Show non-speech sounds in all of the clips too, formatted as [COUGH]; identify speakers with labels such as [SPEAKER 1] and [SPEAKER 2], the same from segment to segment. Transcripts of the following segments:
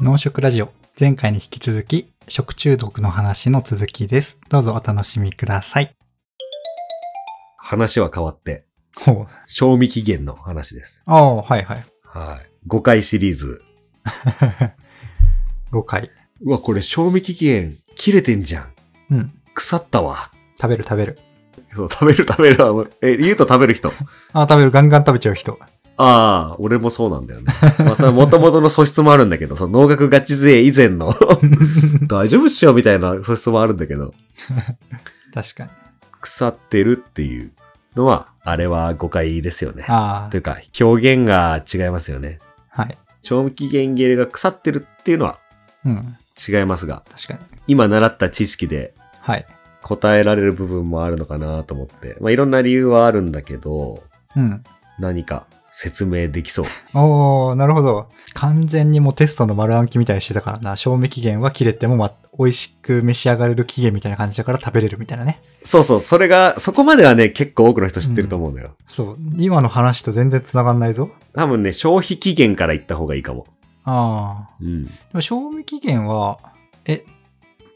[SPEAKER 1] 農食ラジオ。前回に引き続き、食中毒の話の続きです。どうぞお楽しみください。
[SPEAKER 2] 話は変わって、
[SPEAKER 1] ほう。
[SPEAKER 2] 賞味期限の話です。
[SPEAKER 1] ああ、はいはい。 [LAUGHS]
[SPEAKER 2] はい。5回シリーズ。
[SPEAKER 1] 5回。
[SPEAKER 2] うわ、これ賞味期限切れてんじゃん。
[SPEAKER 1] うん。
[SPEAKER 2] 腐ったわ。
[SPEAKER 1] 食べる食べる。
[SPEAKER 2] そう、食べる食べる。あのえ、言うと食べる人。 [LAUGHS]
[SPEAKER 1] ああ、食べる。ガンガン食べちゃう人。
[SPEAKER 2] ああ、俺もそうなんだよね。まあ、それ元々の素質もあるんだけど、その農学ガチ勢以前の [LAUGHS] 大丈夫っしょみたいな素質もあるんだけど、
[SPEAKER 1] 確かに。
[SPEAKER 2] 腐ってるっていうのは、あれは誤解ですよね。
[SPEAKER 1] あ
[SPEAKER 2] というか、表現が違いますよね。
[SPEAKER 1] あ、はい。
[SPEAKER 2] 賞味期限切れが腐ってるっていうのは
[SPEAKER 1] うん。
[SPEAKER 2] 違いますが、
[SPEAKER 1] 確かに。
[SPEAKER 2] 今習った知識で
[SPEAKER 1] はい。
[SPEAKER 2] 答えられる部分もあるのかなと思って。まあ、いろんな理由はあるんだけど、
[SPEAKER 1] うん。
[SPEAKER 2] 何か説明できそう。
[SPEAKER 1] おー、なるほど。完全にもうテストの丸暗記みたいにしてたからな。賞味期限は切れても、ま、美味しく召し上がれる期限みたいな感じだから食べれるみたいなね。
[SPEAKER 2] [LAUGHS] そうそう、それが、そこまではね、結構多くの人知ってると思うのよ。
[SPEAKER 1] そう。今の話と全然繋がんないぞ。
[SPEAKER 2] 多分ね、消費期限から言った方がいいかも。
[SPEAKER 1] ああ。
[SPEAKER 2] うん。
[SPEAKER 1] でも賞味期限は、え、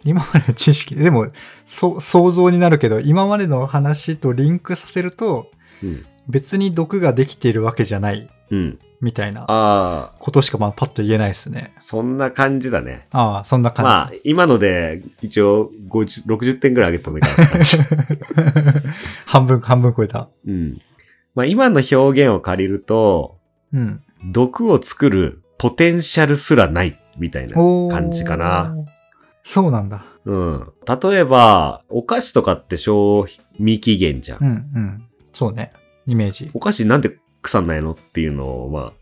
[SPEAKER 1] 今までの知識、でも、そ、想像になるけど、今までの話とリンクさせると、
[SPEAKER 2] うん。
[SPEAKER 1] 別に毒ができているわけじゃない、
[SPEAKER 2] うん。
[SPEAKER 1] みたいな
[SPEAKER 2] ああ、
[SPEAKER 1] ことしかまあパッと言えないですね。
[SPEAKER 2] そんな感じだね。
[SPEAKER 1] ああ、そんな感じ。
[SPEAKER 2] まあ、今ので、一応、50 60点ぐらい上げたの [LAUGHS] か
[SPEAKER 1] [LAUGHS]
[SPEAKER 2] な
[SPEAKER 1] 半分、半分超えた。
[SPEAKER 2] うん。まあ、今の表現を借りると、
[SPEAKER 1] うん。
[SPEAKER 2] 毒を作るポテンシャルすらない、みたいな
[SPEAKER 1] おー
[SPEAKER 2] 感じかな。。
[SPEAKER 1] そうなんだ。
[SPEAKER 2] うん。例えば、お菓子とかって賞味期限じゃん。
[SPEAKER 1] うん、うん。そうね。イメージ。
[SPEAKER 2] お菓子なんで腐んないのっていうのを、まあ、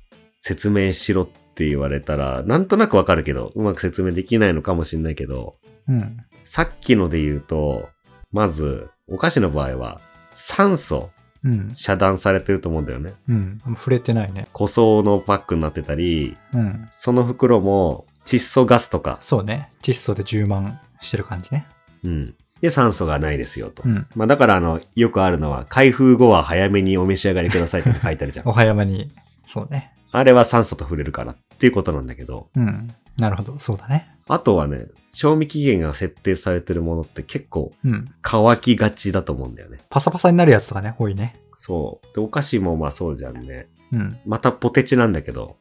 [SPEAKER 2] 説明しろって言われたら、なんとなくわかるけど、うまく説明できないのかもしんないけど、
[SPEAKER 1] うん。
[SPEAKER 2] さっきので言うと、まず、お菓子の場合は、酸素
[SPEAKER 1] うん。
[SPEAKER 2] 遮断されてると思うんだよね。
[SPEAKER 1] うん。あんま触れてないね。
[SPEAKER 2] 塗装のパックになってたり、
[SPEAKER 1] うん。
[SPEAKER 2] その袋も窒素ガスとか、
[SPEAKER 1] そうね。窒素で充満してる感じね。
[SPEAKER 2] うん。で、酸素がないですよと。
[SPEAKER 1] うん。
[SPEAKER 2] まあだからあの、よくあるのは、開封後は早めにお召し上がりくださいって書いてあるじゃん
[SPEAKER 1] [LAUGHS] お。早めに。そうね。
[SPEAKER 2] あれは酸素と触れるからっていうことなんだけど、
[SPEAKER 1] うん。なるほど。そうだね。
[SPEAKER 2] あとはね、賞味期限が設定されてるものって結構
[SPEAKER 1] うん。
[SPEAKER 2] 乾きがちだと思うんだよね。
[SPEAKER 1] パサパサになるやつとかね、多いね。
[SPEAKER 2] そう。で、お菓子もまあそうじゃんね。
[SPEAKER 1] うん。
[SPEAKER 2] またポテチなんだけど、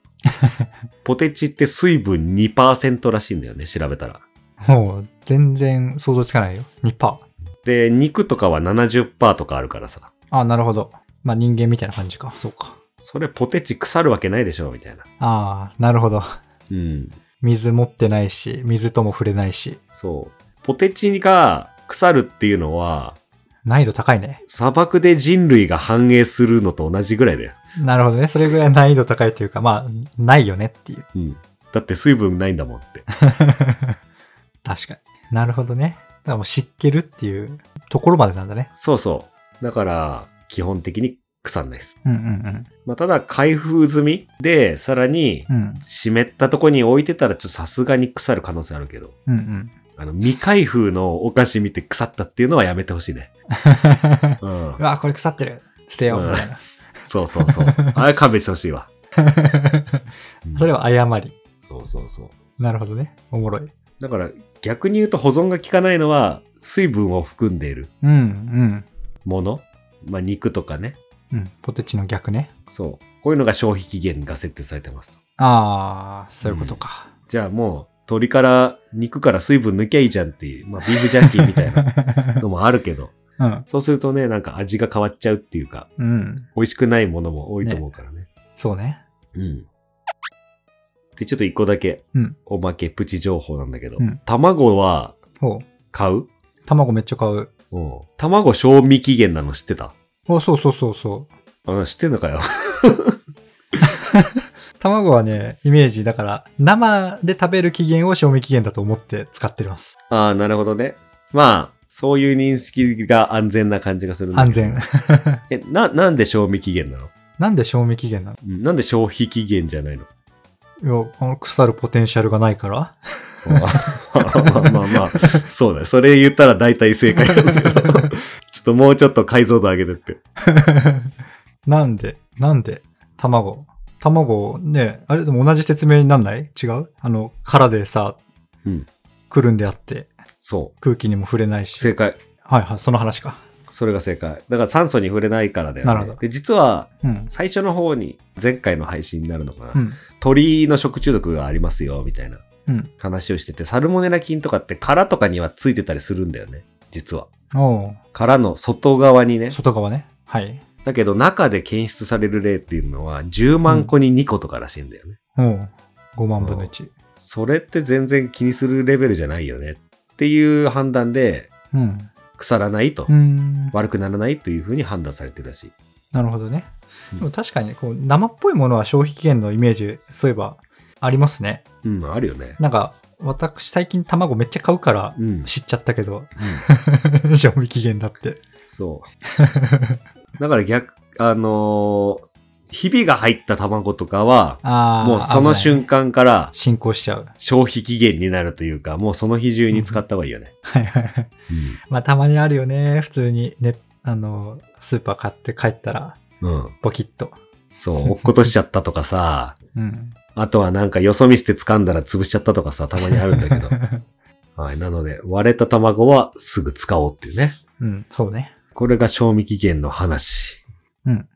[SPEAKER 2] ポテチって水分2%らしいんだよね、調べたら。
[SPEAKER 1] もう、全然想像つかないよ。2%。
[SPEAKER 2] で、肉とかは70%とかあるからさ、
[SPEAKER 1] あ、なるほど。まあ人間みたいな感じか。そうか。
[SPEAKER 2] それポテチ腐るわけないでしょ、みたいな。
[SPEAKER 1] ああ、なるほど。
[SPEAKER 2] うん。
[SPEAKER 1] 水持ってないし、水とも触れないし。
[SPEAKER 2] そう。ポテチが腐るっていうのは、
[SPEAKER 1] 難易度高いね。
[SPEAKER 2] 砂漠で人類が繁栄するのと同じぐらいだよ。
[SPEAKER 1] なるほどね。それぐらい難易度高いというか、まあ、ないよねっていう。
[SPEAKER 2] うん。だって水分ないんだもんって。
[SPEAKER 1] 確かに。なるほどね。だからもう湿気るっていうところまでなんだね。
[SPEAKER 2] [LAUGHS] そうそう。だから、基本的に腐んないです。
[SPEAKER 1] うんうん
[SPEAKER 2] まあ、ただ、開封済みで、さらに
[SPEAKER 1] う、ん。うん。
[SPEAKER 2] 湿ったとこに置いてたら、ちょっとさすがに腐る可能性あるけど、
[SPEAKER 1] うんうん。
[SPEAKER 2] あの、未開封のお菓子見て腐ったっていうのはやめてほしいね。うん
[SPEAKER 1] [LAUGHS] う。わ、これ腐ってる。捨てよう。 [LAUGHS] みたいな。
[SPEAKER 2] そうそう [LAUGHS] そう。あれ勘弁してほしいわ。
[SPEAKER 1] それは誤り。
[SPEAKER 2] そうそうそう。
[SPEAKER 1] なるほどね。おもろい。
[SPEAKER 2] だから、逆に言うと保存が効かないのは、水分を含んでいる
[SPEAKER 1] うんうん。
[SPEAKER 2] もの。まあ、肉とかね。
[SPEAKER 1] うん。ポテチの逆ね。
[SPEAKER 2] そう。こういうのが消費期限が設定されてますと。
[SPEAKER 1] ああ、そういうことか。
[SPEAKER 2] じゃあもう、鶏から、肉から水分抜きゃいいじゃんっていう、まあ、ビーフジャーキーみたいなのもあるけ
[SPEAKER 1] [LAUGHS]
[SPEAKER 2] ど、
[SPEAKER 1] うん。
[SPEAKER 2] そうするとね、なんか味が変わっちゃうっていうか、
[SPEAKER 1] うん。
[SPEAKER 2] 美味しくないものも多いと思うからね。
[SPEAKER 1] そうね。
[SPEAKER 2] うん。で、ちょっと一個だけ、
[SPEAKER 1] うん
[SPEAKER 2] おまけプチ情報なんだけど、
[SPEAKER 1] うん
[SPEAKER 2] 卵は
[SPEAKER 1] ほう。
[SPEAKER 2] 買う
[SPEAKER 1] 卵めっちゃ買う。
[SPEAKER 2] うん卵賞味期限なの知ってた
[SPEAKER 1] お、そうそうそうそう。
[SPEAKER 2] あ知ってんのかよ。 [LAUGHS]
[SPEAKER 1] 卵はね、イメージだから、生で食べる期限を賞味期限だと思って使ってます。
[SPEAKER 2] ああ、なるほどね。まあ、そういう認識が安全な感じがするんだけ
[SPEAKER 1] 安
[SPEAKER 2] ど
[SPEAKER 1] 全。
[SPEAKER 2] え、な、なんで賞味期限なの
[SPEAKER 1] なんで賞味期限な
[SPEAKER 2] うんなんで消費期限じゃないの [LAUGHS]
[SPEAKER 1] のいや、あの腐るポテンシャルがないから。
[SPEAKER 2] まあまあまあ、そうだよ。それ言ったら大体正解なんだけど。ちょっと
[SPEAKER 1] [LAUGHS]
[SPEAKER 2] もうちょっと解像度上げてって。
[SPEAKER 1] なんで、なんで、卵、卵ね、あれでも同じ説明になんない違うあの、殻でさ、
[SPEAKER 2] うん
[SPEAKER 1] くるんであって、
[SPEAKER 2] そ。
[SPEAKER 1] 空気にも触れないうし。
[SPEAKER 2] 正解。
[SPEAKER 1] はいはい、その話か。
[SPEAKER 2] それが正解。だから酸素に触れないからだよね。
[SPEAKER 1] なるほど
[SPEAKER 2] で、実は、
[SPEAKER 1] うん。
[SPEAKER 2] 最初の方に、前回の配信になるのかな、
[SPEAKER 1] うん。
[SPEAKER 2] 鳥の食中毒がありますよ、みたいな
[SPEAKER 1] うん。
[SPEAKER 2] 話をしてて、サルモネラ菌とかって殻とかにはついてたりするんだよね。実は。
[SPEAKER 1] おう
[SPEAKER 2] 殻の外側にね。
[SPEAKER 1] 外側ね。はい。
[SPEAKER 2] だけど中で検出される例っていうのは10万個に2個とからしいんだよね。
[SPEAKER 1] おう5万分の1。
[SPEAKER 2] それって全然気にするレベルじゃないよねっていう判断で
[SPEAKER 1] うん。
[SPEAKER 2] 腐らないと、
[SPEAKER 1] うん。
[SPEAKER 2] 悪くならないというふうに判断されてるらしい。
[SPEAKER 1] なるほどね。
[SPEAKER 2] うん
[SPEAKER 1] でも確かに、こう、生っぽいものは消費期限のイメージ、そういえば、ありますね。
[SPEAKER 2] うん、あるよね。
[SPEAKER 1] なんか、私最近卵めっちゃ買うから
[SPEAKER 2] う、ん。
[SPEAKER 1] 知っちゃったけど、 [LAUGHS] 賞味期限だって。 [LAUGHS]
[SPEAKER 2] そう。だから逆、あのーひびが入った卵とかは、
[SPEAKER 1] ああ。
[SPEAKER 2] もうその
[SPEAKER 1] 危ない
[SPEAKER 2] 瞬間から
[SPEAKER 1] 進行しちゃう。
[SPEAKER 2] 消費期限になるというか、もうその日中に使った方がいいよね。
[SPEAKER 1] はいはいはい。まあ、たまにあるよね。普通に、ね、あの、スーパー買って帰ったら、
[SPEAKER 2] うん。うん。
[SPEAKER 1] ボキッと。
[SPEAKER 2] そう、落っことしちゃったとかさ、
[SPEAKER 1] うん。
[SPEAKER 2] あとはなんかよそ見して掴んだら潰しちゃったとかさ、たまにあるんだけ
[SPEAKER 1] [LAUGHS]
[SPEAKER 2] ど。はい。なので、割れた卵はすぐ使おうっていうね。
[SPEAKER 1] うん、そうね。
[SPEAKER 2] これが賞味期限の話。
[SPEAKER 1] うん。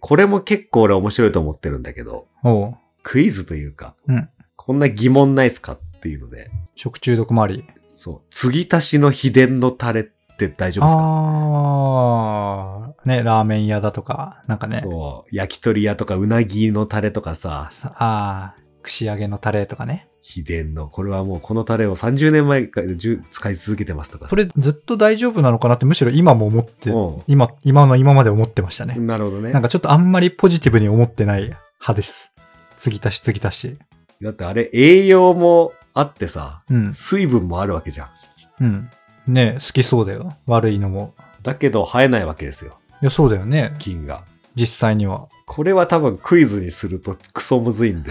[SPEAKER 2] これも結構俺面白いと思ってるんだけど、
[SPEAKER 1] おう
[SPEAKER 2] クイズというか、
[SPEAKER 1] うん
[SPEAKER 2] こんな疑問ないっすかっていうので、
[SPEAKER 1] 食中毒もあり。
[SPEAKER 2] そう、継ぎ足しの秘伝のタレって大丈夫ですか
[SPEAKER 1] ああ。ね、ラーメン屋だとか、なんかね。
[SPEAKER 2] そう、焼き鳥屋とかうなぎのタレとかさ、
[SPEAKER 1] さああ、串揚げのタレとかね。
[SPEAKER 2] 秘伝の、これはもうこのタレを30年前から10使い続けてますとか
[SPEAKER 1] それずっと大丈夫なのかなってむしろ今も思って、
[SPEAKER 2] うん
[SPEAKER 1] 今、今の今まで思ってましたね。
[SPEAKER 2] なるほどね
[SPEAKER 1] なん。かちょっとあんまりポジティブに思ってない派です。継ぎ足し継ぎ足し。
[SPEAKER 2] だってあれ、栄養もあってさ、
[SPEAKER 1] うん。
[SPEAKER 2] 水分もあるわけじゃん。
[SPEAKER 1] うん。ねえ好きそうだよ。悪いのも。
[SPEAKER 2] だけど生えないわけですよ、
[SPEAKER 1] いや、そうだよね。
[SPEAKER 2] 菌が。
[SPEAKER 1] 実際には。
[SPEAKER 2] これは多分クイズにするとクソむずいんで。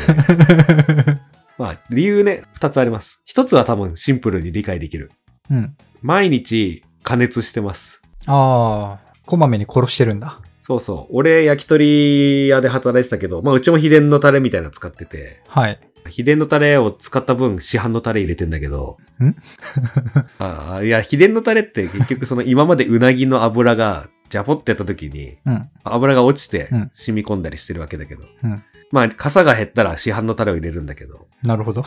[SPEAKER 2] まあ、理由ね、二つあります。一つは多分シンプルに理解できる。
[SPEAKER 1] うん。
[SPEAKER 2] 毎日加熱してます。
[SPEAKER 1] ああ、こまめに殺してるんだ。
[SPEAKER 2] そうそう。俺、焼き鳥屋で働いてたけど、まあ、うちも秘伝のタレみたいなの使ってて、
[SPEAKER 1] はい。
[SPEAKER 2] 秘伝のタレを使った分、市販のタレ入れてんだけど。
[SPEAKER 1] ん
[SPEAKER 2] [LAUGHS] ああ、いや、秘伝のタレって結局その今までうなぎの油が、ジャポってやった時に、
[SPEAKER 1] うん。
[SPEAKER 2] 油が落ちて
[SPEAKER 1] うん
[SPEAKER 2] 染み込んだりしてるわけだけど。
[SPEAKER 1] うん
[SPEAKER 2] まあ、傘が減ったら市販のタレを入れるんだけど。
[SPEAKER 1] なるほど。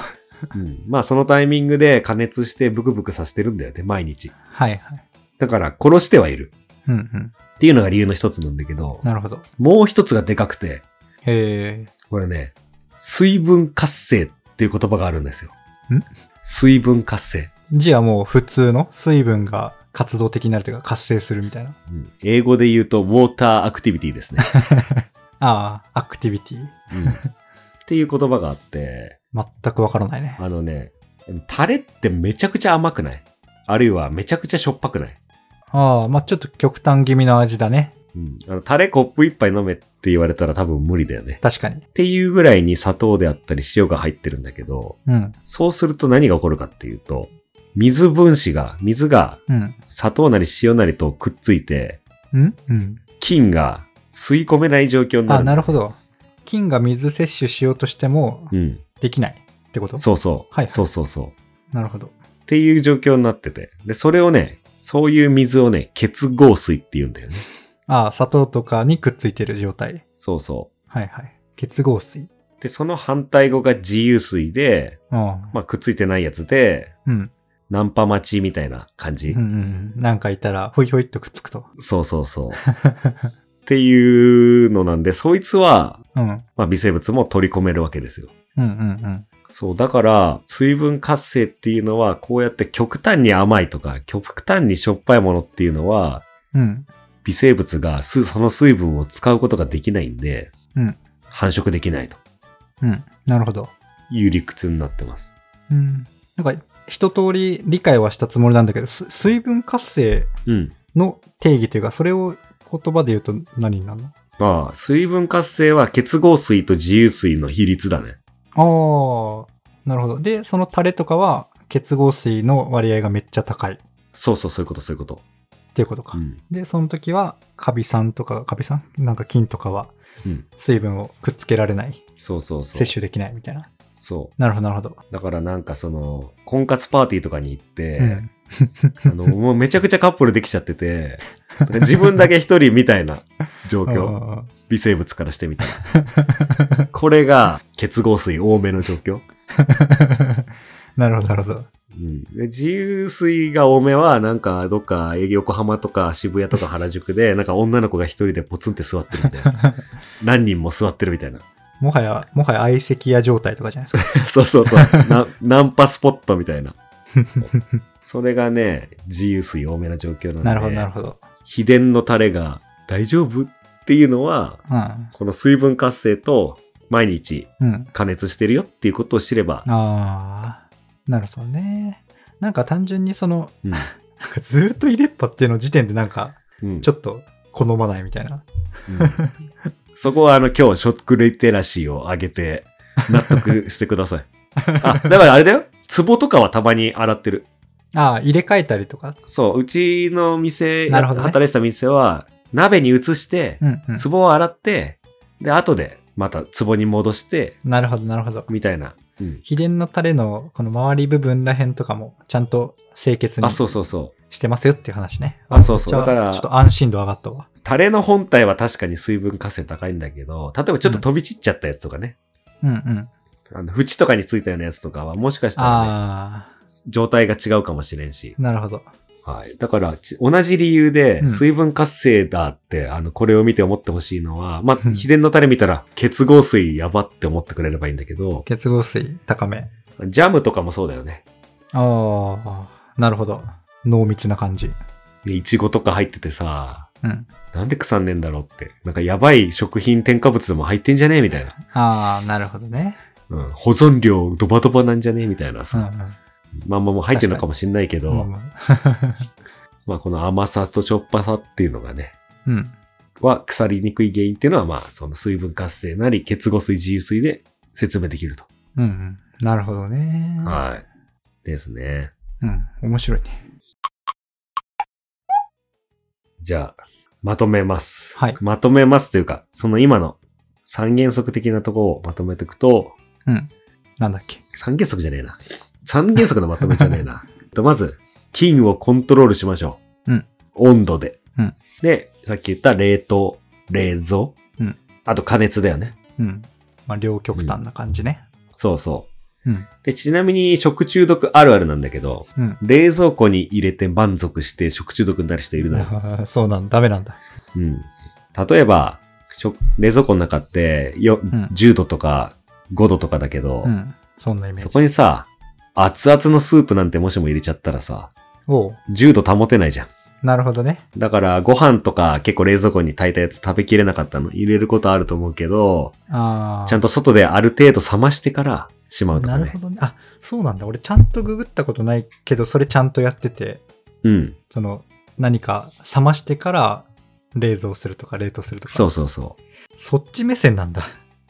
[SPEAKER 2] うんまあ、そのタイミングで加熱してブクブクさせてるんだよね、毎日。
[SPEAKER 1] はいはい。
[SPEAKER 2] だから、殺してはいる。
[SPEAKER 1] うんうん。
[SPEAKER 2] っていうのが理由の一つなんだけど、
[SPEAKER 1] なるほど。
[SPEAKER 2] もう一つがでかくて、
[SPEAKER 1] へえ。
[SPEAKER 2] これね、水分活性っていう言葉があるんですよ。
[SPEAKER 1] ん
[SPEAKER 2] 水分活性。
[SPEAKER 1] じゃあもう普通の水分が活動的になるというか活性するみたいな。
[SPEAKER 2] うん英語で言うと、ウォーターアクティビティですね。
[SPEAKER 1] [LAUGHS] ああ、アクティビティ。
[SPEAKER 2] うんっていう言葉があって、
[SPEAKER 1] 全くわからないね。
[SPEAKER 2] あのね、タレってめちゃくちゃ甘くないあるいはめちゃくちゃしょっぱくない、
[SPEAKER 1] ああ、まあちょっと極端気味の味だね。
[SPEAKER 2] うん、あのタレコップ一杯飲めって言われたら多分無理だよね。
[SPEAKER 1] 確かに
[SPEAKER 2] っ。ていうぐらいに砂糖であったり塩が入ってるんだけど、
[SPEAKER 1] うん。
[SPEAKER 2] そうすると何が起こるかっていうと、水分子が、水が
[SPEAKER 1] うん。
[SPEAKER 2] 砂糖なり塩なりとくっついて、
[SPEAKER 1] うんうん。
[SPEAKER 2] 菌が吸い込めない状況になる。
[SPEAKER 1] あ、なるほ。ど。菌が水摂取しようとしても
[SPEAKER 2] うん。
[SPEAKER 1] できないってこと
[SPEAKER 2] そうそう。
[SPEAKER 1] はいはい
[SPEAKER 2] そうそうそう。
[SPEAKER 1] なるほど。
[SPEAKER 2] っていう状況になってて。で、それをね、そういう水をね、結合水って言うんだよね。
[SPEAKER 1] ああ、砂糖とかにくっついてる状態。
[SPEAKER 2] そうそ
[SPEAKER 1] はいはい。結合水。
[SPEAKER 2] う。で、その反対語が自由水で、
[SPEAKER 1] うん。
[SPEAKER 2] まあ、くっついてないやつで、
[SPEAKER 1] うん。
[SPEAKER 2] ナンパ待ちみたいな感じ。
[SPEAKER 1] うんうんうん。なんかいたら、ほいほいっとくっつくと。
[SPEAKER 2] そうそ
[SPEAKER 1] [LAUGHS]
[SPEAKER 2] うそう。っていうのなんで、そいつは、
[SPEAKER 1] うん。うん
[SPEAKER 2] まあ、微生物も取り込めるわけですよ。
[SPEAKER 1] うんうん。
[SPEAKER 2] そう、だから、水分活性っていうのは、こうやって極端に甘いとか、極端にしょっぱいものっていうのは、
[SPEAKER 1] うん。
[SPEAKER 2] 微生物がすその水分を使うことができないんで、
[SPEAKER 1] うん
[SPEAKER 2] 繁殖できないと
[SPEAKER 1] うん。なるほど。
[SPEAKER 2] いう理屈になってます。
[SPEAKER 1] うん。なんか、一通り理解はしたつもりなんだけど、す水分活性
[SPEAKER 2] うん。
[SPEAKER 1] の定義というか、それを言葉で言うと何になるの
[SPEAKER 2] まあ、水分活性は結合水と自由水の比率だね。
[SPEAKER 1] ああ、なるほど。で、そのタレとかは結合水の割合がめっちゃ高い。
[SPEAKER 2] そうそう、そういうこと、そういうこと。
[SPEAKER 1] っていうことか。
[SPEAKER 2] うん。
[SPEAKER 1] で、その時は、カビ酸とか、カビ酸なんか菌とかは、
[SPEAKER 2] うん。
[SPEAKER 1] 水分をくっつけられない、
[SPEAKER 2] そうそうそう。
[SPEAKER 1] 摂取できないみたいな。
[SPEAKER 2] そ
[SPEAKER 1] なるほど、なるほど。
[SPEAKER 2] う。だからなんかその、婚活パーティーとかに行って、
[SPEAKER 1] うん。
[SPEAKER 2] あの、もうめちゃくちゃカップルできちゃってて、 [LAUGHS] なんか自分だけ一人みたいな状
[SPEAKER 1] [LAUGHS]
[SPEAKER 2] 況。
[SPEAKER 1] うんうんうん
[SPEAKER 2] 微生物からしてみたら。これが結合水多めの状況。
[SPEAKER 1] なるほど、なるほど。
[SPEAKER 2] うん、で自由水が多めは、なんか、どっか、横浜とか渋谷とか原
[SPEAKER 1] [LAUGHS]
[SPEAKER 2] 宿で、なんか女の子が一人でポツンって座ってるみたいな。何人も座ってるみた
[SPEAKER 1] [LAUGHS]
[SPEAKER 2] いな。
[SPEAKER 1] もはや、もはや相席屋状態とかじゃないですか。
[SPEAKER 2] そうそうそう。
[SPEAKER 1] [LAUGHS]
[SPEAKER 2] なナンパスポットみたいな。それがね、自由水多めな状況なんで。
[SPEAKER 1] なるほど、なるほど。
[SPEAKER 2] 秘伝のタレが大丈夫っていうのは、
[SPEAKER 1] うん。
[SPEAKER 2] この水分活性と毎日
[SPEAKER 1] うん。
[SPEAKER 2] 加熱してるよっていうことを知れば、
[SPEAKER 1] あー、なるほどね。なんか単純にその、
[SPEAKER 2] うん
[SPEAKER 1] [LAUGHS] なんかずーっと入れっぱっていうの時点でなんか、
[SPEAKER 2] うん
[SPEAKER 1] ちょっと好まないみたいな。
[SPEAKER 2] うんそこはあの今日ショックリテラシーを上げて納得してくだ
[SPEAKER 1] [LAUGHS]
[SPEAKER 2] さい。あ、だからあれだよ。壺とかはたまに洗ってる。
[SPEAKER 1] あー、入れ替えたりとか。
[SPEAKER 2] そう、うちの店、
[SPEAKER 1] なるほどね
[SPEAKER 2] 働いてた店は鍋に移して、
[SPEAKER 1] うん、うん。
[SPEAKER 2] 壺を洗って、で、後でまた壺に戻して、
[SPEAKER 1] なるほど、なるほど。
[SPEAKER 2] みたいな。うん
[SPEAKER 1] 秘伝のタレのこの周り部分らへんとかもちゃんと清潔に
[SPEAKER 2] あ、そうそうそう。
[SPEAKER 1] してますよっていう話ね。
[SPEAKER 2] あそうそう
[SPEAKER 1] じゃあ
[SPEAKER 2] だから
[SPEAKER 1] ちょっと安心度上がったわ。
[SPEAKER 2] タレの本体は確かに水分活性高いんだけど、例えばちょっと飛び散っちゃったやつとかね。
[SPEAKER 1] うんうん。
[SPEAKER 2] あの縁とかについたようなやつとかは、もしかしたら、ね、
[SPEAKER 1] あ
[SPEAKER 2] 状態が違うかもしれんし。
[SPEAKER 1] ー、なるほど。
[SPEAKER 2] はい。だから、ち同じ理由で
[SPEAKER 1] う、ん
[SPEAKER 2] 水分活性だって、あの、これを見て思ってほしいのは、ま
[SPEAKER 1] う
[SPEAKER 2] あ、
[SPEAKER 1] ん
[SPEAKER 2] 秘伝のタレ見たら、結合水やばって思ってくれればいいんだけど、
[SPEAKER 1] 結合水高め。
[SPEAKER 2] ジャムとかもそうだよね。
[SPEAKER 1] ああ、なるほど。濃密な感じ。
[SPEAKER 2] でいちごとか入っててさ、
[SPEAKER 1] うん。
[SPEAKER 2] なんで腐んねえんだろうって。なんかやばい食品添加物でも入ってんじゃねえみたいな。
[SPEAKER 1] ああ、なるほどね。
[SPEAKER 2] うん。保存量ドバドバなんじゃねえみたいな
[SPEAKER 1] うん
[SPEAKER 2] さ。まあまあもう入ってるのかもしんないけ
[SPEAKER 1] う
[SPEAKER 2] ど、
[SPEAKER 1] ん。うん
[SPEAKER 2] まあこの甘さとしょっぱさっていうのがね、
[SPEAKER 1] うん。
[SPEAKER 2] は腐りにくい原因っていうのは、まあ、その水分活性なり、結合水、自由水で説明できると。
[SPEAKER 1] うんうん。なるほどね。
[SPEAKER 2] はい。ですね。
[SPEAKER 1] い。うん。面白いね。
[SPEAKER 2] じゃあ、まとめます。
[SPEAKER 1] はい
[SPEAKER 2] まとめますというか、その今の三原則的なところをまとめていくと、
[SPEAKER 1] うん。なんだっけ。
[SPEAKER 2] 三原則じゃねえな。三原則のまとめじゃね
[SPEAKER 1] [LAUGHS]
[SPEAKER 2] えな。とまず、菌をコントロールしましょう。
[SPEAKER 1] うん
[SPEAKER 2] 温度で。
[SPEAKER 1] うん
[SPEAKER 2] で、さっき言った冷凍、冷蔵。
[SPEAKER 1] うん
[SPEAKER 2] あと加熱だよね。
[SPEAKER 1] うん。まあ、両極端な感じね。
[SPEAKER 2] そうそう。
[SPEAKER 1] うん。
[SPEAKER 2] で、ちなみに食中毒あるあるなんだけど、
[SPEAKER 1] うん。
[SPEAKER 2] 冷蔵庫に入れて満足して食中毒になる人いるの
[SPEAKER 1] [LAUGHS]
[SPEAKER 2] よ。
[SPEAKER 1] そうなんだ。ダメなんだ。
[SPEAKER 2] うん。例えば、食冷蔵庫の中ってよ、
[SPEAKER 1] ん
[SPEAKER 2] 10度とか5度とかだけど、
[SPEAKER 1] うん。そんなイメー
[SPEAKER 2] そ
[SPEAKER 1] ジ。
[SPEAKER 2] こにさ、熱々のスープなんてもしも入れちゃったらさ、
[SPEAKER 1] おう
[SPEAKER 2] 10度保てないじゃん。
[SPEAKER 1] なるほどね。
[SPEAKER 2] だから、ご飯とか結構冷蔵庫に炊いたやつ食べきれなかったの入れることあると思うけど、
[SPEAKER 1] ああ。
[SPEAKER 2] ちゃんと外である程度冷ましてからしまうと
[SPEAKER 1] な
[SPEAKER 2] か
[SPEAKER 1] る
[SPEAKER 2] ね
[SPEAKER 1] ほ。どね。あ、そうなんだ。俺ちゃんとググったことないけど、それちゃんとやってて、
[SPEAKER 2] うん。
[SPEAKER 1] その、何か冷ましてから冷蔵するとか冷凍するとか。
[SPEAKER 2] そうそうそう。
[SPEAKER 1] そっち目線なんだ。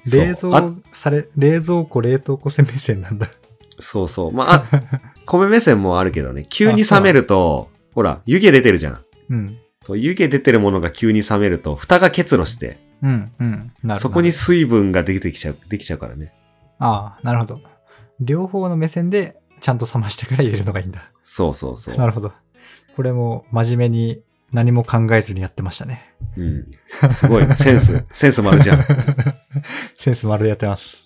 [SPEAKER 2] そう
[SPEAKER 1] 冷蔵され、冷蔵庫、冷凍庫せ目線なんだ。 [LAUGHS]
[SPEAKER 2] そうそう。まあ、あ米目線もあるけどね、急に冷めると、ほら、湯気出てるじゃん。
[SPEAKER 1] うん。
[SPEAKER 2] そう湯気出てるものが急に冷めると、蓋が結露して、
[SPEAKER 1] うん、うん。なるほど。
[SPEAKER 2] そこに。水分が出てきちゃう、できちゃうからね。
[SPEAKER 1] ああ、なるほど。両方の目線で、ちゃんと冷ましてから入れるのがいいんだ。
[SPEAKER 2] そうそうそ
[SPEAKER 1] な
[SPEAKER 2] う。
[SPEAKER 1] るほど。これも真面目に何も考えずにやってましたね。 [LAUGHS]
[SPEAKER 2] うん。すごい、センス、センスもあるじゃん。
[SPEAKER 1] センス丸でやってます。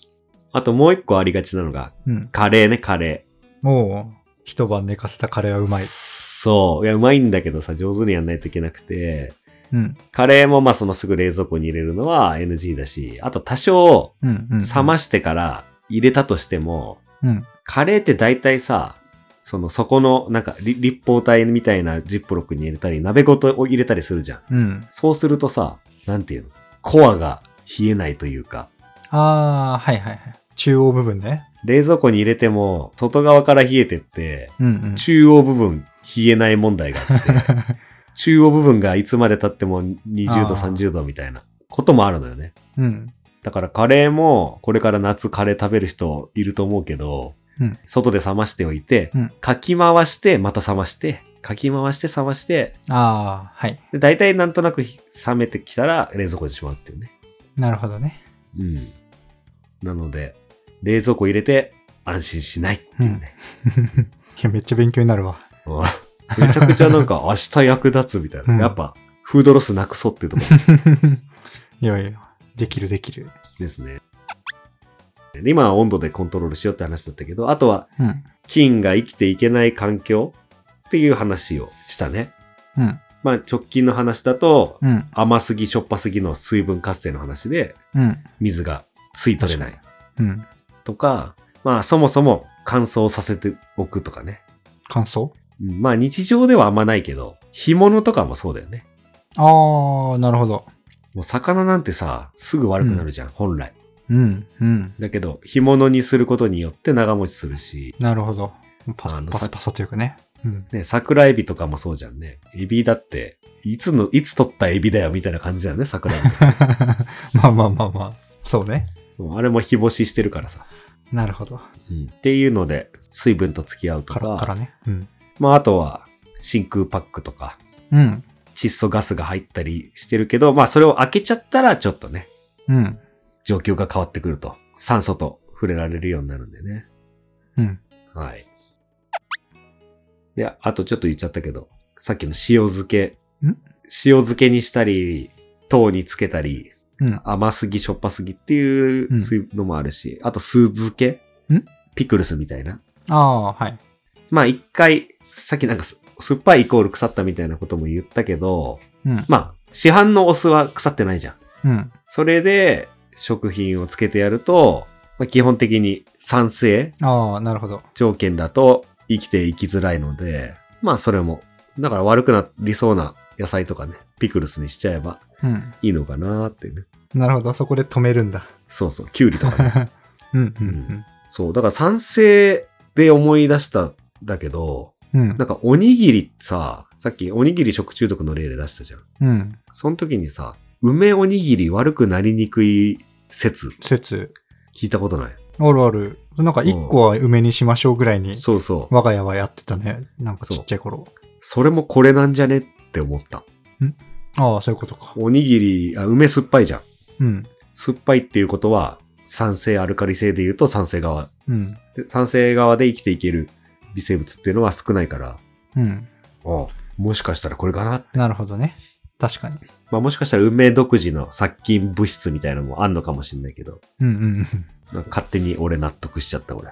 [SPEAKER 2] あともう一個ありがちなのが、
[SPEAKER 1] うん。
[SPEAKER 2] カレーね、カレー。
[SPEAKER 1] もう、一晩寝かせたカレーはうまい。
[SPEAKER 2] そう。いや、うまいんだけどさ、上手にやんないといけなくて、
[SPEAKER 1] うん。
[SPEAKER 2] カレーもまあそのすぐ冷蔵庫に入れるのは NG だし、あと多少
[SPEAKER 1] うんうん、うん。
[SPEAKER 2] 冷ましてから入れたとしても、
[SPEAKER 1] うん。
[SPEAKER 2] カレーって大体さ、その底のなんかり立方体みたいなジップロックに入れたり、鍋ごとを入れたりするじゃん。
[SPEAKER 1] うん。
[SPEAKER 2] そうするとさ、なんていうのコアが冷えないというか、
[SPEAKER 1] ああ、はいはいはい。中央部分ね。
[SPEAKER 2] 冷蔵庫に入れても外側から冷えてって、
[SPEAKER 1] うんうん。
[SPEAKER 2] 中央部分冷えない問題があって、
[SPEAKER 1] [LAUGHS]
[SPEAKER 2] 中央部分がいつまで経っても20度、
[SPEAKER 1] あー
[SPEAKER 2] 30度みたいなこともあるのよね。
[SPEAKER 1] うん。
[SPEAKER 2] だからカレーも、これから夏カレー食べる人いると思うけど、
[SPEAKER 1] うん
[SPEAKER 2] 外で冷ましておいて、
[SPEAKER 1] うん
[SPEAKER 2] かき回して、また冷まして、かき回して冷まして、
[SPEAKER 1] ああ、はい。
[SPEAKER 2] で大体なんとなくひ冷めてきたら冷蔵庫にしまうっていうね。
[SPEAKER 1] なるほどね。
[SPEAKER 2] うん。なので、冷蔵庫入れて安心しないっていうね。
[SPEAKER 1] [LAUGHS] いや、めっちゃ勉強になる [LAUGHS] わ。
[SPEAKER 2] うんめちゃくちゃなんか明 [LAUGHS] 日役立つみたいな。
[SPEAKER 1] うん
[SPEAKER 2] やっぱ、フードロスなくそうっていうところ
[SPEAKER 1] いやいや、できるできる。
[SPEAKER 2] ですね。で今は温度でコントロールしようって話だったけど、あとは
[SPEAKER 1] うん。
[SPEAKER 2] 菌が生きていけない環境っていう話をしたね。
[SPEAKER 1] うん。
[SPEAKER 2] まあ直近の話だと、
[SPEAKER 1] うん。
[SPEAKER 2] 甘すぎしょっぱすぎの水分活性の話で、
[SPEAKER 1] うん。
[SPEAKER 2] 水が吸い取れな
[SPEAKER 1] 確
[SPEAKER 2] い
[SPEAKER 1] うん。
[SPEAKER 2] とか、まあそもそも乾燥させておくとかね。
[SPEAKER 1] 感想
[SPEAKER 2] うんまあ日常ではあんまないけど、干物とかもそうだよね。
[SPEAKER 1] ああ、なるほど。
[SPEAKER 2] もう魚なんてさ、すぐ悪くなるじゃん、本来。
[SPEAKER 1] うん。うん。
[SPEAKER 2] だけど、干物にすることによって長持ちするし、
[SPEAKER 1] なるほど。パ
[SPEAKER 2] あ
[SPEAKER 1] サ
[SPEAKER 2] の
[SPEAKER 1] パサパサというかね。うん。 [LAUGHS]
[SPEAKER 2] ね、桜エビとかもそうじゃんね。エビだって、いつの、いつ取ったエビだよ、みたいな感じだよね、
[SPEAKER 1] [LAUGHS]
[SPEAKER 2] 桜エビ。
[SPEAKER 1] まあまあまあまあ。そうね。
[SPEAKER 2] そうあれも日干ししてるからさ。
[SPEAKER 1] なるほど。
[SPEAKER 2] っていうので、水分と付き合うと
[SPEAKER 1] カ
[SPEAKER 2] か、
[SPEAKER 1] ラッカラね。うん。
[SPEAKER 2] まああとは、真空パックとか、
[SPEAKER 1] うん。
[SPEAKER 2] 窒素ガスが入ったりしてるけど、まあそれを開けちゃったらちょっとね、
[SPEAKER 1] うん。
[SPEAKER 2] 状況が変わってくると、酸素と触れられるようになるんでね。
[SPEAKER 1] うん。
[SPEAKER 2] はい。で、あとちょっと言っちゃったけど、さっきの塩漬け。
[SPEAKER 1] ん
[SPEAKER 2] 塩漬けにしたり、糖につけたり、
[SPEAKER 1] うん。
[SPEAKER 2] 甘すぎしょっぱすぎってい
[SPEAKER 1] うん
[SPEAKER 2] う水のもあるし、あと酢漬け
[SPEAKER 1] ん
[SPEAKER 2] ピクルスみたいな。
[SPEAKER 1] ああ、はい。
[SPEAKER 2] まあ一回、さっきなんかす酸っぱいイコール腐ったみたいなことも言ったけど、
[SPEAKER 1] うん。
[SPEAKER 2] まあ市販のお酢は腐ってないじゃん。
[SPEAKER 1] うん。
[SPEAKER 2] それで食品をつけてやると、まあ、基本的に酸性
[SPEAKER 1] ああ、なるほど。
[SPEAKER 2] 条件だと生きていきづらいので、まあそれも、だから悪くなりそうな野菜とかね、ピクルスにしちゃえば
[SPEAKER 1] うん。
[SPEAKER 2] いいのかなっていうね。
[SPEAKER 1] なるほど。そこで止める [LAUGHS] んだ。
[SPEAKER 2] そうそう、キュウリ
[SPEAKER 1] [LAUGHS]
[SPEAKER 2] とかね。
[SPEAKER 1] うん。うん。
[SPEAKER 2] そう、だから酸性で思い出したんだけど、
[SPEAKER 1] うん。うん
[SPEAKER 2] なんかおにぎりさ、さっきおにぎり食中毒の例で出したじゃん。
[SPEAKER 1] うん。
[SPEAKER 2] その時にさ、梅おにぎり悪くなりにくい説
[SPEAKER 1] 説。
[SPEAKER 2] 聞いたことない
[SPEAKER 1] あるある。なんか一個は梅にしましょうぐらいに、
[SPEAKER 2] そうそう。
[SPEAKER 1] 我が家はやってたね。なんかちっちゃい頃。
[SPEAKER 2] それもこれなんじゃねって思った。
[SPEAKER 1] ああ、そういうことか。
[SPEAKER 2] おにぎり、あ、梅酸っぱいじゃん。
[SPEAKER 1] うん。
[SPEAKER 2] 酸っぱいっていうことは、酸性、アルカリ性で言うと酸性側。
[SPEAKER 1] うん。
[SPEAKER 2] で酸性側で生きていける微生物っていうのは少ないから、
[SPEAKER 1] うん。
[SPEAKER 2] あもしかしたらこれかな
[SPEAKER 1] なるほどね。確かに。
[SPEAKER 2] まあもしかしたら梅独自の殺菌物質みたいなのもあんのかもしんないけど、
[SPEAKER 1] うんうんうん。
[SPEAKER 2] なんか勝手に俺納得しちゃった俺。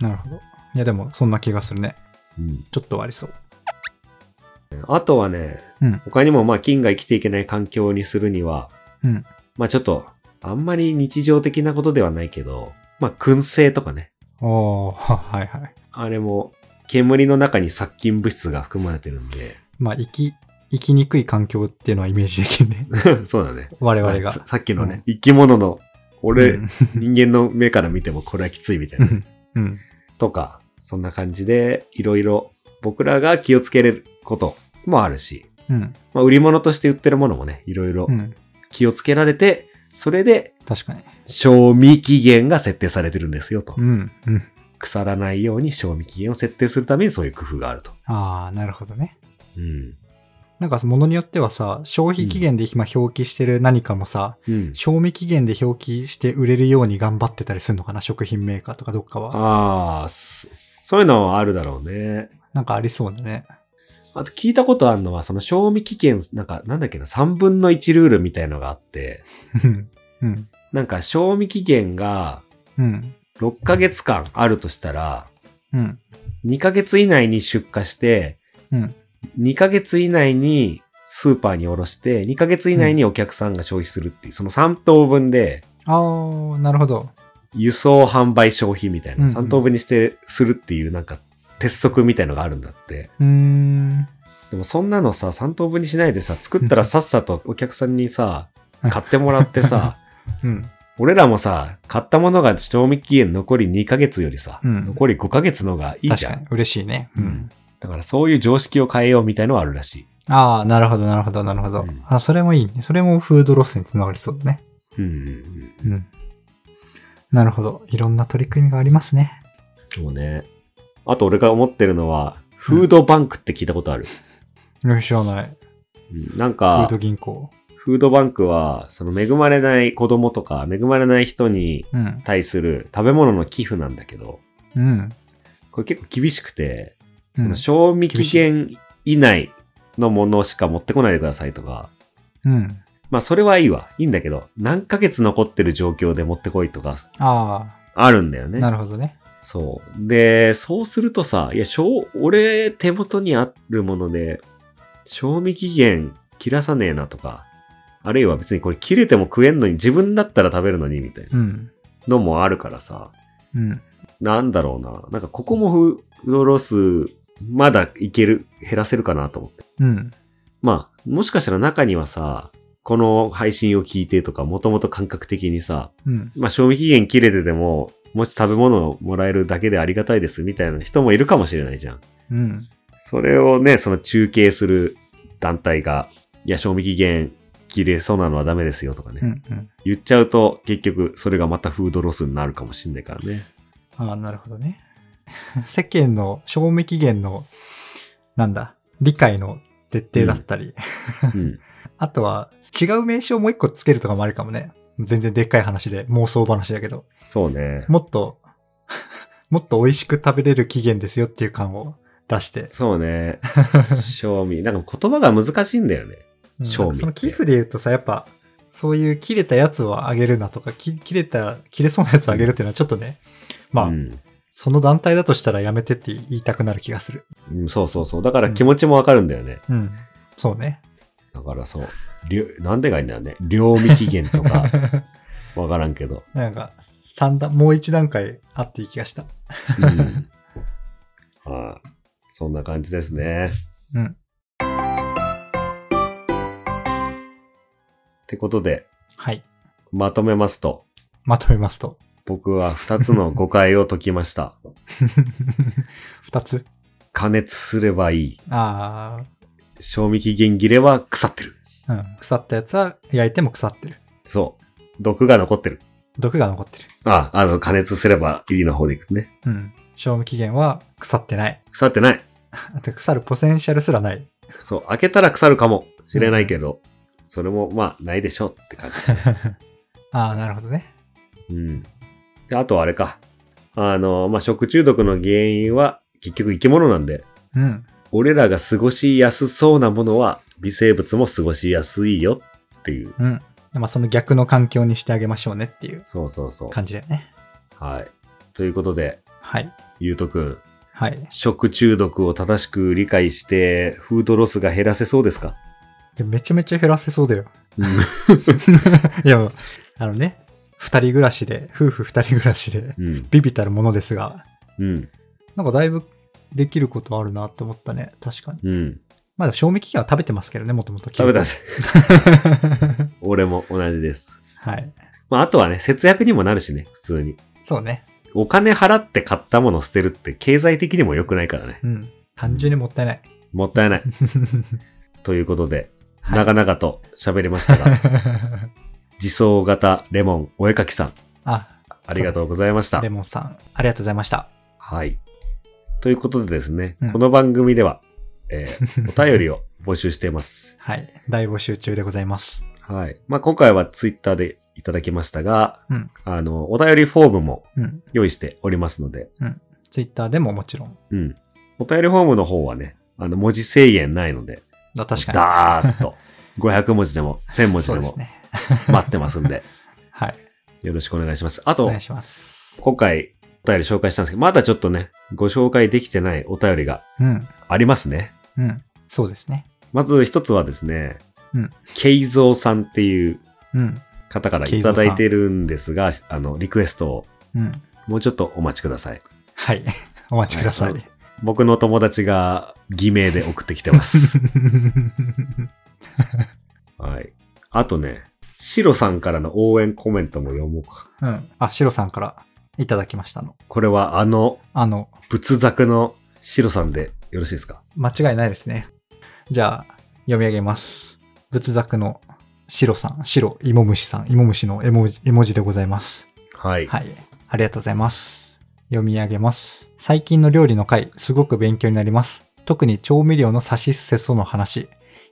[SPEAKER 1] なるほど。いや、でも、そんな気がするね。
[SPEAKER 2] うん。
[SPEAKER 1] ちょっとはありそう。
[SPEAKER 2] あとはね、
[SPEAKER 1] うん
[SPEAKER 2] 他にもまあ菌が生きていけない環境にするには、
[SPEAKER 1] うん。
[SPEAKER 2] まあちょっと、あんまり日常的なことではないけど、まあ燻製とかね。
[SPEAKER 1] おー、 [LAUGHS] はいはい。
[SPEAKER 2] あれも、煙の中に殺菌物質が含まれてるんで、
[SPEAKER 1] まあ、生き、生きにくい環境っていうのはイメージできる [LAUGHS] ね。
[SPEAKER 2] そうだね。
[SPEAKER 1] 我々が
[SPEAKER 2] さ。さっきのね、生き物の、俺、
[SPEAKER 1] うん
[SPEAKER 2] 人間の目から見てもこれはきついみたいうな。
[SPEAKER 1] ん。うん。
[SPEAKER 2] とか、そんな感じで、いろいろ僕らが気をつけれることもあるし、
[SPEAKER 1] うん。
[SPEAKER 2] まあ、売り物として売ってるものもね、いろいろ
[SPEAKER 1] うん。
[SPEAKER 2] 気をつけられて、それで、
[SPEAKER 1] 確かに。
[SPEAKER 2] 賞味期限が設定されてるんですよと
[SPEAKER 1] う。ん。うん。
[SPEAKER 2] 腐らないように賞味期限を設定するためにそういう工夫があると。
[SPEAKER 1] ああ、なるほどね。
[SPEAKER 2] うん。
[SPEAKER 1] なんか、物によってはさ、消費期限で今表記してる何かもさ、
[SPEAKER 2] うん。
[SPEAKER 1] 賞味期限で表記して売れるように頑張ってたりするのかな食品メーカーとかどっかは。
[SPEAKER 2] ああ、すそういうのはあるだろうね。
[SPEAKER 1] なんかありそうだね。
[SPEAKER 2] あと聞いたことあるのは、その賞味期限、なんか、なんだっけな、3分の1ルールみたいのがあって、
[SPEAKER 1] うん。うん。
[SPEAKER 2] なんか賞味期限が
[SPEAKER 1] うん。
[SPEAKER 2] 6ヶ月間あるとしたら、
[SPEAKER 1] うん。
[SPEAKER 2] 2ヶ月以内に出荷して、
[SPEAKER 1] うん
[SPEAKER 2] 2ヶ月以内にスーパーに卸して、2ヶ月以内にお客さんが消費するっていう、その3等分で、
[SPEAKER 1] ああ、なるほど。
[SPEAKER 2] 輸送販売消費みたいな、
[SPEAKER 1] うんうん
[SPEAKER 2] 3等分にして、するっていうなんか、鉄則みたいのがあるんだって。
[SPEAKER 1] うーん。
[SPEAKER 2] でもそんなのさ、3等分にしないでさ、作ったらさっさ [LAUGHS] とお客さんにさ、買ってもらって [LAUGHS] さ、
[SPEAKER 1] うん。
[SPEAKER 2] 俺らもさ、買ったものが賞味期限残り2ヶ月よりさ、
[SPEAKER 1] うん
[SPEAKER 2] 残り5ヶ月のがいい
[SPEAKER 1] 確
[SPEAKER 2] じゃ
[SPEAKER 1] か
[SPEAKER 2] ん。
[SPEAKER 1] に。嬉しいね。う
[SPEAKER 2] うんん。だからそういう常識を変えようみたいのはあるらしい。
[SPEAKER 1] ああ、なるほど、なるほど、なるほど。
[SPEAKER 2] うん
[SPEAKER 1] あ、それもいいね。それもフードロスにつながりそうだね。
[SPEAKER 2] うんうん
[SPEAKER 1] うん。なるほど。いろんな取り組みがありますね。
[SPEAKER 2] うん。そうね。あと俺が思ってるのは、フードバンクって聞いたことある。
[SPEAKER 1] よい知らない。
[SPEAKER 2] うんなん
[SPEAKER 1] フー
[SPEAKER 2] か
[SPEAKER 1] ド、銀行。
[SPEAKER 2] フードバンクは、その恵まれない子供とか、恵まれない人に
[SPEAKER 1] うん。
[SPEAKER 2] 対する食べ物の寄付なんだけど、
[SPEAKER 1] うん。
[SPEAKER 2] これ結構厳しくて、
[SPEAKER 1] う
[SPEAKER 2] そ
[SPEAKER 1] ん
[SPEAKER 2] の。賞味期限以内のものしか持ってこないでくださいとか、
[SPEAKER 1] うん、
[SPEAKER 2] まあそれはいいわ。いいんだけど、何ヶ月残ってる状況で持ってこいとか、
[SPEAKER 1] あ
[SPEAKER 2] あるんだよ
[SPEAKER 1] あ、
[SPEAKER 2] ね
[SPEAKER 1] な。るほどね。
[SPEAKER 2] そう。で、そうするとさ、いや、賞俺、手元にあるもので、賞味期限切らさねえなとか、あるいは別にこれ切れても食えんのに自分だったら食べるのにみたいな
[SPEAKER 1] うん。
[SPEAKER 2] のもあるからさ、
[SPEAKER 1] うん。
[SPEAKER 2] なんだろうな。なんかここもフードロス、まだいける、減らせるかなと思って。
[SPEAKER 1] うん。
[SPEAKER 2] まあ、もしかしたら中にはさ、この配信を聞いてとか、もともと感覚的にさ、
[SPEAKER 1] うん。
[SPEAKER 2] まあ、賞味期限切れてても、もし食べ物をもらえるだけでありがたいですみたいな人もいるかもしれないじゃん。
[SPEAKER 1] うん。
[SPEAKER 2] それをね、その中継する団体が、いや、賞味期限切れそうなのはダメですよとかね。
[SPEAKER 1] うん。うん。
[SPEAKER 2] 言っちゃうと、結局、それがまたフードロスになるかもしんないから
[SPEAKER 1] [LAUGHS]
[SPEAKER 2] ね。
[SPEAKER 1] ああ、なるほどね。 [LAUGHS] 世間の賞味期限の、なんだ、理解の徹底だったり、
[SPEAKER 2] うん。
[SPEAKER 1] あとは違う名称をもう一個つけるとかもあるかもね。全然でっかい話で、妄想話だけど、
[SPEAKER 2] そうね。
[SPEAKER 1] もっと、もっと美味しく食べれる期限ですよっていう感を出して、
[SPEAKER 2] そう
[SPEAKER 1] [LAUGHS]
[SPEAKER 2] ね。賞味。なんか言葉が難しいんだよ
[SPEAKER 1] う
[SPEAKER 2] ね。
[SPEAKER 1] ん
[SPEAKER 2] 賞味
[SPEAKER 1] なんかその寄付で言うとさ、やっぱ、そういう切れたやつをあげるなとか、き切れた、切れそうなやつをあげるっていうのはちょっとね、まあ、
[SPEAKER 2] うん
[SPEAKER 1] その団体だとしたらやめてって言いたくなる気がする。
[SPEAKER 2] うん。そうそうそう。だから気持ちもわかるんだよね。
[SPEAKER 1] うん。そうね。
[SPEAKER 2] だからそう。りょなんでがいいんだよね。両味期限
[SPEAKER 1] [LAUGHS]
[SPEAKER 2] とか、わからんけど。
[SPEAKER 1] なんか、三段、もう一段階あっていい気がした。
[SPEAKER 2] うん、はい。そんな感じですね。
[SPEAKER 1] うん。
[SPEAKER 2] ってことで、
[SPEAKER 1] はい。
[SPEAKER 2] まとめますと、
[SPEAKER 1] まとめます [LAUGHS] と。
[SPEAKER 2] 僕は二つの誤解を解きました。
[SPEAKER 1] 二つ
[SPEAKER 2] 加熱すればいい。
[SPEAKER 1] あ
[SPEAKER 2] 賞味期限切れは腐ってる。
[SPEAKER 1] あ、うん。腐ったやつは焼いても腐ってる。
[SPEAKER 2] そう。毒が残ってる。
[SPEAKER 1] 毒が残ってる。
[SPEAKER 2] あ、あの、加熱すればいいの方でいくね。
[SPEAKER 1] うん。賞味期限は腐ってない。
[SPEAKER 2] 腐ってない。
[SPEAKER 1] あと腐るポテンシャルすらない。
[SPEAKER 2] そう。開けたら腐るかもしれないけど、それもまあ、ないでしょうって感じ。
[SPEAKER 1] ああ、なるほどね。
[SPEAKER 2] うん。で、あとはあれか。あの、まあ、食中毒の原因は結局生き物なんで、
[SPEAKER 1] うん。
[SPEAKER 2] 俺らが過ごしやすそうなものは微生物も過ごしやすいよっていう。
[SPEAKER 1] うん。まあ、その逆の環境にしてあげましょうねっていう
[SPEAKER 2] そうそうそう。
[SPEAKER 1] 感じだよね。
[SPEAKER 2] はい。ということで、
[SPEAKER 1] はい。
[SPEAKER 2] ゆうとくん、
[SPEAKER 1] はい。
[SPEAKER 2] 食中毒を正しく理解して、フードロスが減らせそうですか
[SPEAKER 1] でめちゃめちゃ減らせそうだよ。
[SPEAKER 2] うん
[SPEAKER 1] [LAUGHS] いや、あのね、二人暮らしで、夫婦二人暮らしで、
[SPEAKER 2] うん。
[SPEAKER 1] ビビたるものですが、
[SPEAKER 2] うん。
[SPEAKER 1] なんかだいぶできることあるなって思ったね。確かに。
[SPEAKER 2] うん。
[SPEAKER 1] まあ、賞味期限は食べてますけどね、もともと。
[SPEAKER 2] 食べたぜ。俺も同じです。
[SPEAKER 1] [LAUGHS] はい。
[SPEAKER 2] まあ、あとはね、節約にもなるしね、普通に。
[SPEAKER 1] そうね。
[SPEAKER 2] お金払って買ったもの捨てるって経済的にも良くないからね。
[SPEAKER 1] うん。単純にもったいない。
[SPEAKER 2] もっ
[SPEAKER 1] [LAUGHS]
[SPEAKER 2] たいない。ということで、
[SPEAKER 1] はい
[SPEAKER 2] 長々と喋りました
[SPEAKER 1] [LAUGHS]
[SPEAKER 2] が、自走型レモンお絵かきさん、
[SPEAKER 1] [LAUGHS] あ、
[SPEAKER 2] ありがとうございました
[SPEAKER 1] レ。モンさん、ありがとうございました。
[SPEAKER 2] はい。ということでですね、
[SPEAKER 1] うん
[SPEAKER 2] この番組では、え
[SPEAKER 1] [LAUGHS]
[SPEAKER 2] ーお便りを募集しています。
[SPEAKER 1] はい。大募集中でございます。
[SPEAKER 2] はい。まあ、今回はツイッターでいただきましたが、
[SPEAKER 1] うん
[SPEAKER 2] あの、お便りフォームも
[SPEAKER 1] うん。
[SPEAKER 2] 用意しておりますので、
[SPEAKER 1] ツイッターでももちろん。
[SPEAKER 2] うん。お便りフォームの方はね、あの、文字制限ないので、
[SPEAKER 1] だ確かに。
[SPEAKER 2] ダーッ
[SPEAKER 1] [LAUGHS]
[SPEAKER 2] と、500文字でも、1000文字
[SPEAKER 1] そ
[SPEAKER 2] で
[SPEAKER 1] うです
[SPEAKER 2] も
[SPEAKER 1] ね。
[SPEAKER 2] 待ってますんで、
[SPEAKER 1] はい。
[SPEAKER 2] よろしくお願いします。あ
[SPEAKER 1] お
[SPEAKER 2] と
[SPEAKER 1] 願い、します。
[SPEAKER 2] 今回お便り紹介したんですけど、まだちょっとね、ご紹介できてないお便りが
[SPEAKER 1] うん。
[SPEAKER 2] ありますね。
[SPEAKER 1] うん。そうですね。
[SPEAKER 2] まず一つはですね、
[SPEAKER 1] うん
[SPEAKER 2] ケイゾウさんっていう
[SPEAKER 1] うん。
[SPEAKER 2] 方からいただいてるんですが、あの、リクエストを
[SPEAKER 1] うん。
[SPEAKER 2] もうちょっとお待ちください。
[SPEAKER 1] はい。 [LAUGHS] お待ちください。
[SPEAKER 2] はい僕の友達が偽名で送ってきてます。はい。あとね、シロさんからの応援コメントも読もうか。
[SPEAKER 1] [LAUGHS] うん。あ、シロさんからいただきましたの。
[SPEAKER 2] これはあの
[SPEAKER 1] あの、
[SPEAKER 2] 仏作のシロさんでよろしいですか
[SPEAKER 1] 間違いないですね。じゃあ、読み上げます。仏作のシロさん、シロ、イモムシさん、イモムシの絵文字絵文字でございます。
[SPEAKER 2] はい。
[SPEAKER 1] はい。ありがとうございます。読み上げます。最近の料理の回、すごく勉強になります。特に調味料の差し捨てその話。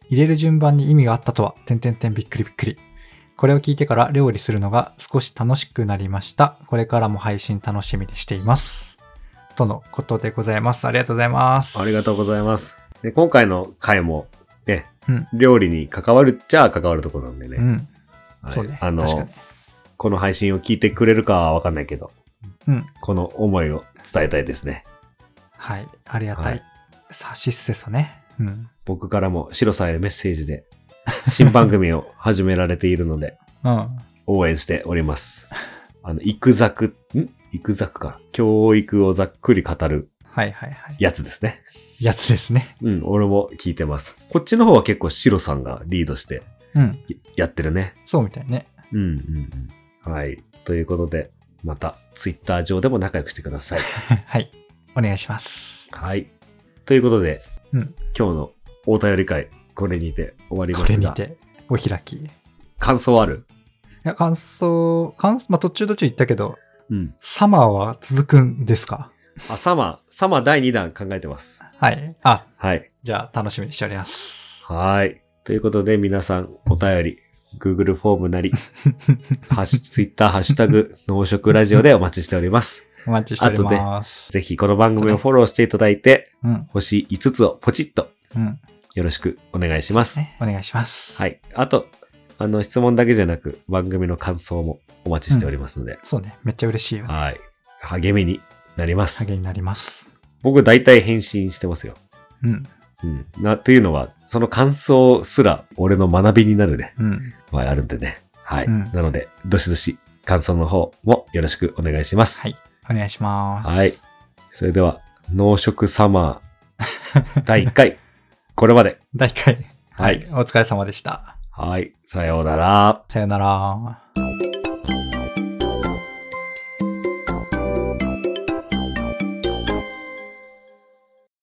[SPEAKER 1] 入れる順番に意味があったとは、てんてんてんびっくりびっくり。これを聞いてから料理するのが少し楽しくなりました。これからも配信楽しみにしています。とのことでございます。ありがとうございます。
[SPEAKER 2] ありがとうございます。で今回の回も、ね、
[SPEAKER 1] うん
[SPEAKER 2] 料理に関わるっちゃ関わるところなんでね。
[SPEAKER 1] うん。
[SPEAKER 2] はい
[SPEAKER 1] そうね。
[SPEAKER 2] あの、
[SPEAKER 1] 確かに。
[SPEAKER 2] この配信を聞いてくれるかはわかんないけど、
[SPEAKER 1] うん
[SPEAKER 2] この思いを伝えたいですね。
[SPEAKER 1] はい。ありがた
[SPEAKER 2] はい
[SPEAKER 1] い。差し捨てそね。うん。
[SPEAKER 2] 僕からも白さんへメッセージで、 [LAUGHS] 新番組を始められているので、
[SPEAKER 1] うん。
[SPEAKER 2] 応援しており
[SPEAKER 1] [LAUGHS]
[SPEAKER 2] ます。あの、行くざく、ん行くざくか。教育をざっくり語る
[SPEAKER 1] はいはいはい。
[SPEAKER 2] やつですね。
[SPEAKER 1] やつですね。
[SPEAKER 2] うん、俺も聞いてます。こっちの方は結構白さんがリードして
[SPEAKER 1] うん。
[SPEAKER 2] いやってるね。
[SPEAKER 1] そうみたいね。
[SPEAKER 2] うんうんうん。はい。ということで、また、ツイッター上でも仲良くしてください。 [LAUGHS]
[SPEAKER 1] はい。お願いします。
[SPEAKER 2] はい。ということで、
[SPEAKER 1] うん
[SPEAKER 2] 今日のお便り会、これにて終わり
[SPEAKER 1] こ
[SPEAKER 2] ま
[SPEAKER 1] れ
[SPEAKER 2] す
[SPEAKER 1] に
[SPEAKER 2] が、
[SPEAKER 1] て、お開き。い
[SPEAKER 2] 感想ある
[SPEAKER 1] や、感想、感まあ、途中途中言ったけど、
[SPEAKER 2] うん。
[SPEAKER 1] サマーは続くんですか
[SPEAKER 2] あ、サマー、サマー第2弾考えてます。
[SPEAKER 1] はい。あ、
[SPEAKER 2] はい。
[SPEAKER 1] じゃあ楽しみにしております。 [LAUGHS]
[SPEAKER 2] はい。ということで、皆さん、お便り、Google フォームなり、 [LAUGHS] ハッシュ、Twitter、ハッシュ
[SPEAKER 1] [LAUGHS]
[SPEAKER 2] タグ、農食ラジオでお待ちしております。
[SPEAKER 1] お待ちしております。
[SPEAKER 2] ぜひ、この番組をフォローしていただいて、
[SPEAKER 1] うん。
[SPEAKER 2] 星5つをポチッと、
[SPEAKER 1] うん。
[SPEAKER 2] よろしくお願いします。
[SPEAKER 1] ね、お願いします。。
[SPEAKER 2] はいい。あと、あの、質問だけじゃなく、番組の感想もお待ちしておりますので、
[SPEAKER 1] そうね。めっちゃ嬉しいよね。
[SPEAKER 2] はい。励みになります。
[SPEAKER 1] 励みになります。
[SPEAKER 2] 僕、大体返信してますよ。
[SPEAKER 1] うん。
[SPEAKER 2] うん。な、というのは、その感想すら、俺の学びになるね、
[SPEAKER 1] うん。
[SPEAKER 2] 場合あるんでね。はい。
[SPEAKER 1] うん
[SPEAKER 2] なので、どしどし、感想の方もよろしくお願いします。
[SPEAKER 1] はい。お願いします。
[SPEAKER 2] はい。それでは、農食サマー、第1回、
[SPEAKER 1] [LAUGHS]
[SPEAKER 2] これまで。
[SPEAKER 1] 第1回。
[SPEAKER 2] はい。
[SPEAKER 1] お疲れ様でした。
[SPEAKER 2] はい。さようなら。
[SPEAKER 1] さよなら。